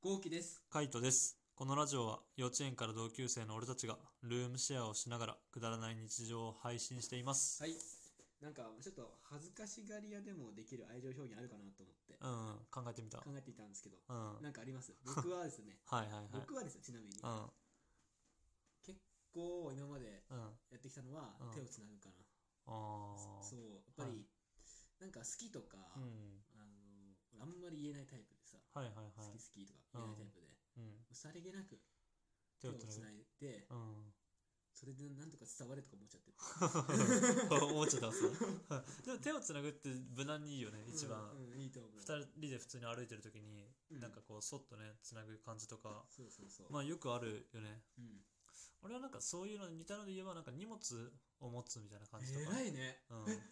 豪輝です。カイトです。このラジオは幼稚園から同級生の俺たちがルームシェアをしながらくだらない日常を配信しています。はい。なんか、ちょっと恥ずかしがり屋でもできる愛情表現あるかなと思ってうんうん、考えてみた。考えていたんですけど、うん。はいなんかあります僕はですね、はいはい。僕はですね、ちなみに、う結構今までん。うん。あやってきたのはうん手をつなぐかな。あそうー。、やっぱはり、なんか好きとか、うん。あの、俺あんまり言えないタイプでさ、はいはい好はき。い好きとか言えないタイプで、うん。さりげなく手手ををつつなないで、ぐ。うん。 それでなんとか伝われとか思っちゃってる。思っちゃったんですよでも手をつなぐって無難にいいよね一番、うん、うんいいと思う。二人で普通に歩いてる時に、うんなんかこうそっとねつなぐ感じとかそうそうそう。まあよくあるよねうん俺はなんかそういうのに似たので言えばなんか荷物を持つみたいな感じとえか、らいね。うん、え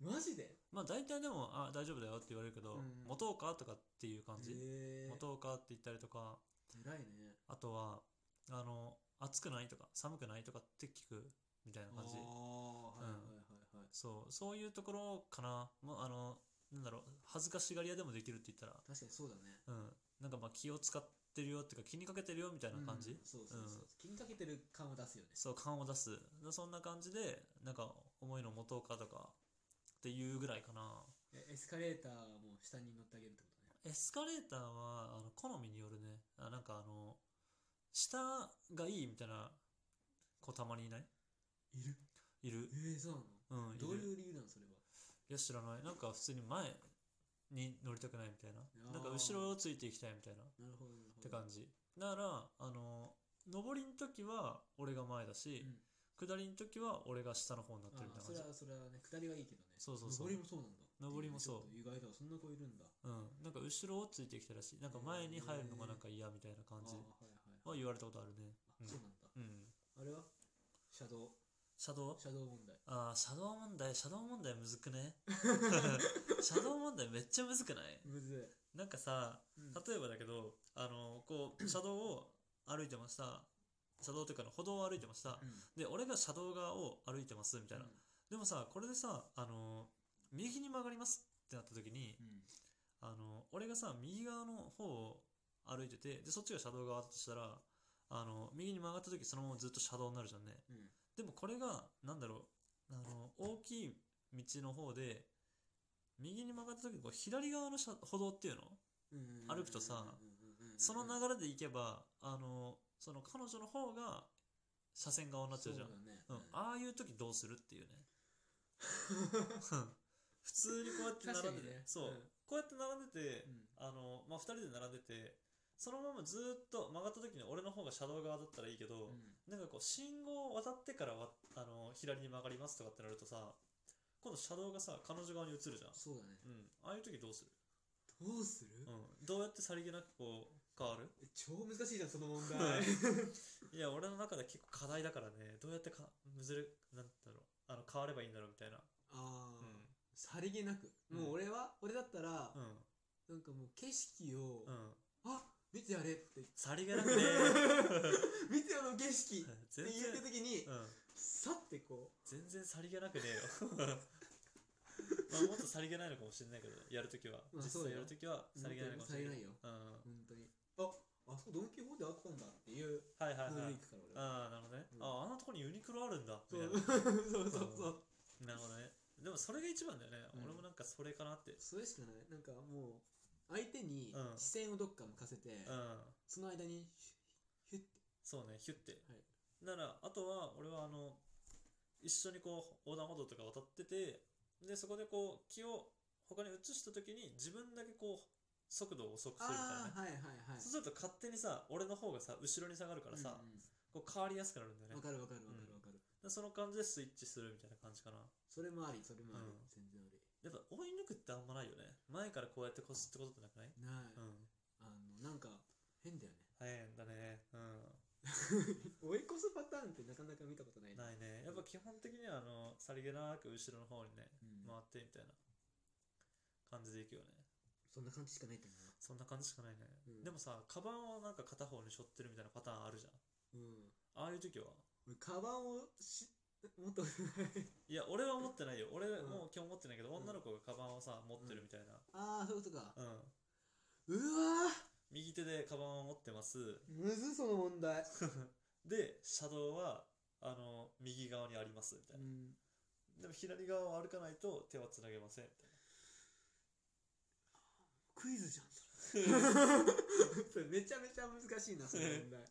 マジでまあ大体でも「あ大丈夫だよ」って言われるけどう「ん持とうか?」とかっていう感じ「え持とうか?」って言ったりとかえらいね。あとは「あの暑くない?」とか「寒くない?」とかって聞くみたいなあ感じあ、はいはいはいはい。そう、そういうところかな。まあ、あの、なんだろう、恥ずかしがり屋でもできるって言ったら、確かにそうだね。うん、なんかまあ気を使ってるよっていうか気にかけてるよみたいな感じ。。うんそうそうそううん気にかけてる感を出すよね。そう、感を出す。そんな感じで、なんか重いの持とうかとかっていうぐらいかな。えエスカレーターも下に乗ってあげるってことね。エスカレーターは、あの、好みによるね。あなんかあの、下がいいみたいな子たまにいないいるいる。ええそうなのうん、いどうる。いう理由なのそれは。いや、知らない。なんか普通に前に乗りたくないみたいな。なんか後ろをついていきたいみたいな。なるほどなるほど。って感じだからあの上りの時は俺が前だし、うん下りの時は俺が下の方になってるみああたいそれな感はじそれはね、下りはいいけどね。そうそうそう上りもそうなんだ。上りもそういいねちょっと意外だ、そんな子いるんだ。うんなんか後ろをついてきたらしいなんか前に入るのがなんか嫌みたいな感じああはいはいはい。は言われたことあるねあそうなんだ。うん、うん、あれは車道、車道車道問題。ああ車道問題車道問題むず くね車道問題めっちゃむずくないむずなんかさい。うん例えばだけどあのこう車道を歩いてました車道というかあの歩道を歩いてましたうんで俺が車道側を歩いてますみたいな、うでもさ、これでさ、あのー右に曲がりますってなった時に、んうんあのー俺がさ、右側の方を歩いてて、で、そっちが車道側だとしたら、あのー右に曲がった時そのままずっと車道になるじゃんね。うんでもこれが、なんだろう、あのー大きい道の方で、右に曲がった時こう左側の車歩道っていうの歩歩くとさその流れで行けば、あのーその彼女の方が車線側になっちゃうじゃん。うん、ああいう時どうするっ ていうね普通にこうやって並んで確かにねて、うそう、んこうやって並んでて、あのまあ2人で並んでてそのままずーっと曲がった時に俺の方が車道側だったらいいけど、なんかこう信号を渡ってからわあの左に曲がりますとかってなるとさ今度車道がさ彼女側に移るじゃん、そうだねうん、ああいう時どうする、どうするうん、どうやってさりげなくこう変わるえ超難しいじゃんその問題はいいや俺の中で結構課題だからねどうやってかむずるなんだろうあの変わればいいんだろうみたいな あーうんさりげなくうんもう俺は俺だったらうんなんかもう景色をうんあ見てあれって さりげ なくね見てあの景色って全然言った時にうんさってこ全然さりげなくねえよ まあもっとさりげないのかもしれないけどやるときはまあ実そうだ際やよるときはうさりげないのかもしれさないりげないようん本当にああそこドン・キホーテあったんだっていうはいはいノはリいで行くから俺はああなるほどねうんあああのとこにユニクロあるんだみそたいうなそうそうそうなるほどねでもそれが一番だよねうん俺もなんかそれかなってそれしかないなんかもう相手にうん視線をどっか向かせて、うんその間にヒュッヒそうねヒュッてュッて、はい、ならあとは俺はあの一緒にこう横断歩道とか渡っててでそこでこう気を他に移した時に自分だけこう速度を遅くするみたいなねああはいはいはいそうすると勝手にさ俺の方がさ後ろに下がるからさ、うんうんこう変わりやすくなるんだよわねかるわかるわかるわかる、でその感じでスイッチするみたいな感じかなそれもありそれもあり、うん全然ありやっぱ追い抜くってあんまないよね前からこうやってこすってことってなくないない、うんあのなんか変だよね大変だねう追い越すパターンってなかなか見たことないんないねやっぱ基本的にはあのさりげなく後ろの方にねうん回ってみたいな感じでいくよねそんな感じしかないってなそんな感じしかないね、うんでもさカバンをなんか片方に背負ってるみたいなパターンあるじゃんうんああいう時は俺カバンをし持ってない いや俺は持ってないよ俺うんもう今日持ってないけど、女の子がカバンをさ持ってるみたいなああそういうことか、うんうわ右手ででカバンを持ってますむずその問題、で車道はあの右側にありますみたいな、でも左側を歩かないと手はつなげませんみたいなクイズじゃん それめちゃめちゃ難しいなその問 題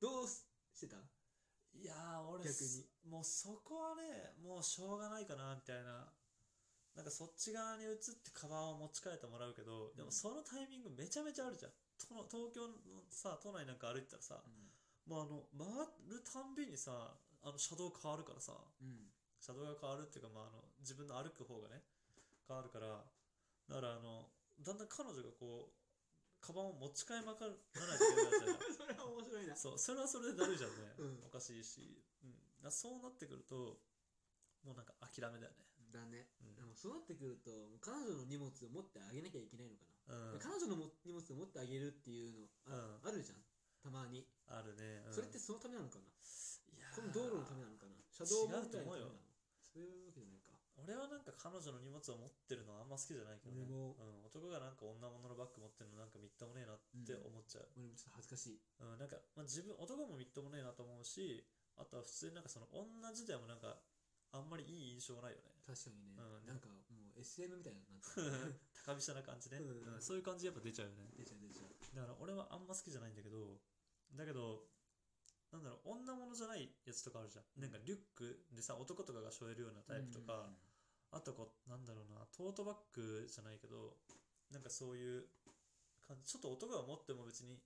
どうしてたいやー俺逆にすもうそこはねもうしょうがないかなみたいななんかそっち側に移ってカバンを持ち替えてもらうけど、でもそのタイミングめちゃめちゃあるじゃんとの東京のさ都内なんか歩いてたらさ、もうあの回るたんびにさあの車道変わるからさうん車道が変わるっていうか、まあ、あの自分の歩く方がね変わるからだからあのだんだん彼女がこうカバンを持ち替えまからないといけないじゃない それは面白いな そうそれはそれでだるいじゃんね、うんおかしいし、うん、だそうなってくるともうなんか諦めだよねだねうんでもそうなってくると彼女の荷物を持ってあげなきゃいけないのかうん、な、彼女のも荷物を持ってあげるっていうのあ,、あるじゃんたまに、あるね、うんそれってそのためなのかないやーこの道路のためなのかな車道のためなのか違うと思うよなそういうわけじゃないか俺はなんか彼女の荷物を持ってるのはあんま好きじゃないけどね、俺もうん、男がなんか女物のバッグ持ってるのなんかみっともねえなって思っちゃう、俺もちょっと恥ずかしいうん、なんか、まあ、自分、男もみっともねえなと思うし、あとは普通になんかその女自体もなんか、あんまりいい印象ないよね。確かにね、うんなんかもう SM みたいになってる 高飛車な感じね、うんうんそういう感じやっぱ出ちゃうよね。出ちゃう出ちゃうだから俺はあんま好きじゃないんだけど、だけど、なんだろう、女物じゃないやつとかあるじゃん。なんかリュックでさ、男とかが背負えるようなタイプとか、あとこう、なんだろうな、トートバッグじゃないけど、なんかそういう感じ、ちょっと男が持っても別に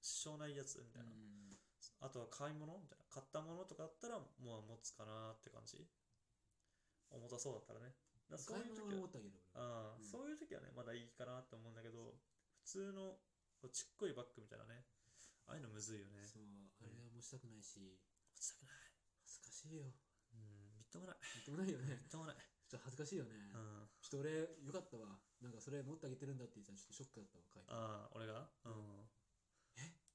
支障ないやつみたういんう。なんあとは買い物みたいな。買ったものとかあったら、もう持つかなって感じ。重たそうだったらね。だか買らそういいう物を持、っ時はてあげる俺うああんそういう時はね、まだいいかなって思うんだけど、普通のこうちっこいバッグみたいなね、ああいうのむずいよね。そうあれはもうしたくないし落ちたくない。恥ずかしいようん、みっともない。みっともないよね みっともない。ちょっと恥ずかしいよね、うん。ちょっと俺よかったわなんかそれ持ってあげてるんだって言ったらちょっとショックだったわ書いてああ、俺がうん。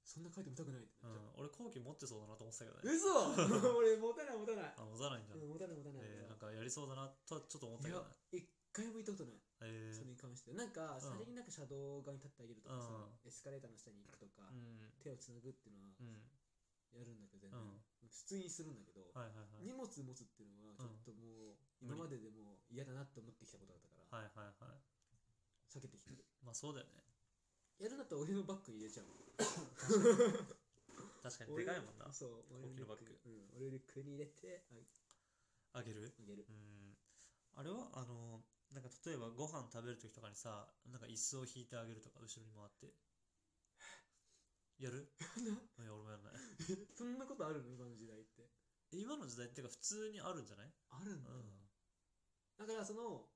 そんな書いてみたくないってうなっちゃん。俺、後期持ってそうだなと思ってたけどね。嘘 俺持たない持たないあ、持たないんだ。うん持たない持たない、えー、なんかやりそうだなとはちょっと思ったいけやどね。一回も行ったことない、えそれー、に関してなんか、んさりげなく車道側に立ってあげるとかさ、エスカレーターの下に行くとか、うん。手をつなぐっていうのはうん。やるんだけど、全う然ん。普通にするんだけど、はいはいはい。荷物持つっていうのはちょっともう、うん今まででもう嫌だなって思ってきたことだったから、はいはいはい。避けてきてるまあそうだよね。やるんだったら俺のバッグに入れちゃう確かにでかいもんな。そう俺のリュッ高級ク、うん、俺のリュックに入れてああげるあげるうん。あれはあの、なんか例えばご飯食べるときとかにさ、なんか椅子を引いてあげるとか、後ろに回って。やるいや、俺もやらない。そんなことあるの今の時代ってえ今の時代っていうか普通にあるんじゃないあるんうだ、ん。だからその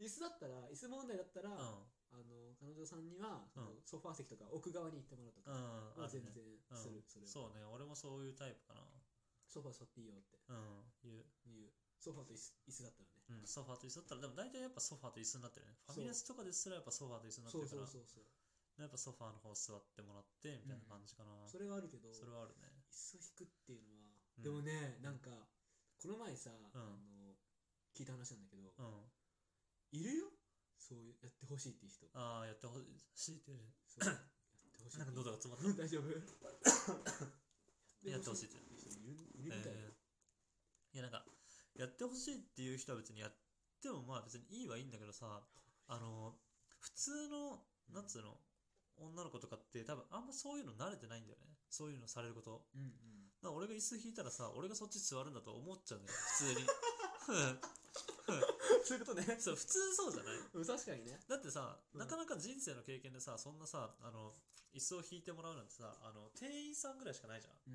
椅子だったら椅子問題だったら、うん。あの彼女さんには、そうんのソファー席とか奥側に行ってもらうとうかん。はある全ね然する、それはそうね、俺もそういうタイプかソファー座っていいよってな。うん。言う。いうソファーと椅子椅子だったらねうん、ソファーと椅子だったら、でも大体やっぱソファーと椅子になってるね。ファミレスとかですらやっぱソファーと椅子になっそてうるかそうら、そうそうやっぱソファーの方座ってもらって、みたいな感じかな。それはあるけどそれはあるね。椅子を引くっていうのは、うんでもねなんかこの前さ、うんあの聞いた話なんだけど、うん。いるよそういうやってほしいっていう人ああ、やってほしいっていうね。そうやってほしいなんか喉がが詰まっ大丈夫やってほしいって人いるいた。るみたいよ、えーいや、なんか、やってほしいっていう人は別にやっても、まあ別にいいはいいんだけどさ、あの、普通の、なんつうの、女の子とかって多分あんまそういうの慣れてないんだよね。そういうのされること。うんうんなんか俺が椅子引いたらさ、俺がそっち座るんだと思っちゃうんだよ、普通に。そういうことねそう、普通そうじゃないうん確かにねだってさ、うんなかなか人生の経験でさ、そんなさ、あの、椅子を引いてもらうなんてさ、あの、店員さんぐらいしかないじゃん。う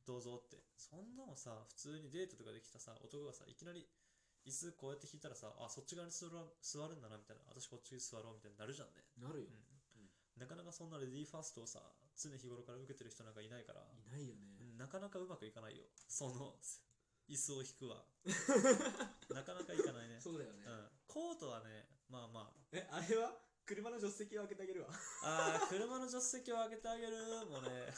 んどうぞって。そんなのさ、普通にデートとかできたさ、男がさ、いきなり椅子こうやって引いたらさ、あ、そっち側に座る座るんだな、みたいな。私こっち座ろう、みたいになるじゃんね。なるよ、うん。なかなかそんなレディーファーストをさ、常日頃から受けてる人なんかいないから、いないよね、なかなかうまくいかないよ。その、椅子を引く は。なかなかいかないね。そうだよね、うん。コートはね、まあまあ、えあれは車の助手席を開けてあげるわああ、車の助手席を開けてあげるもね、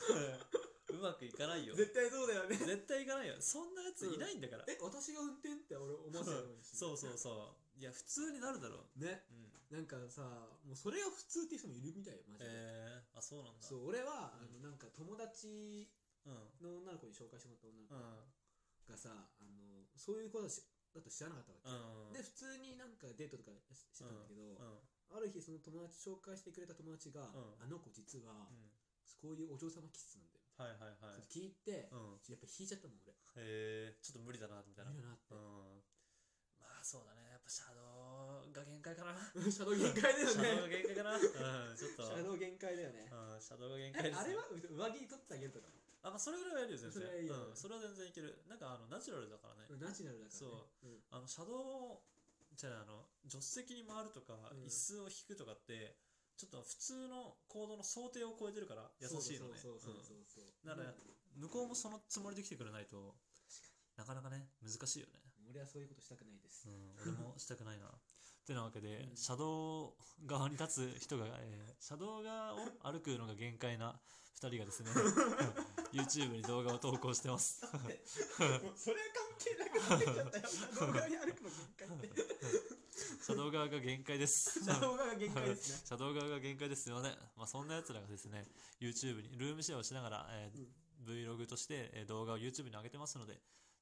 うまくいかないよ。絶対そうだよね絶対いかないよ。そんなやついないんだから。え私が運転って俺思わせるのにそうそうそう。いや、普通になるだろう。うねうん。なんかさもうそれが普通っていう人もいるみたいよマジで、えー、あ、そうなんだそう俺は、うんあのなんか友達うんの女の子に紹介してもらった女のう子んがさ、あのそういう子だしだと知らなかったわけ、うんで普通になんかデートとかししてたんだけど、うんうんある日その友達紹介してくれた友達が、うんあの子実は、こういうお嬢様気質なんだよ、はいはいはいそれ聞いて、うんちょやっぱ引いちゃったもん俺へえちょっと無理だなみたいな無理だなってうんまあそうだねやっぱシャドウが限界かな シャドウ限界だよシャドウがね限界かなうんちょっ シとャドウ限界だよね、うんシャドウが限界えですねあれはう上着取ってあげるとかあ、まあ、それぐらいはやるよ全そ然れはいいよねうん、それは全然いけるなんかあのナチュラルだからね、ナチュラルだからねそうんあのシャドウをじゃああの助手席に回るとか、うん椅子を引くとかってちょっと普通の行動の想定を超えてるから優しいのねそうそううそんうそうそう、なら向こうもそのつもりで来てくれないとなかなかね難しいよね、俺はそういうことしたくないです、うん、俺もしたくないなてなわけで、うんシャドウ側に立つ人が、えー、シャドウ側を歩くのが限界な2人が ですね YouTube に動画を投稿してます それは関係なくなってきちゃったよ動 画に歩くの限界ってシャドウ側が限界です。 シャドウ側が限 界ですねシャドウ側が限界です。すいません。まあ、そんな奴らがですね、YouTube に、ルームシェアをしながら、えー Vlog として、えー動画を YouTube に上げてますので、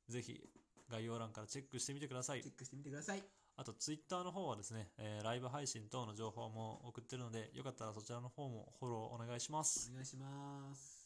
ぜひ概要欄からチェックしてみてくださいチェ。ックしてみてくださいあと、Twitter の方はですね、えーライブ配信等の情報も送ってるので、よかったらそちらの方もフォローお願いします。お願いします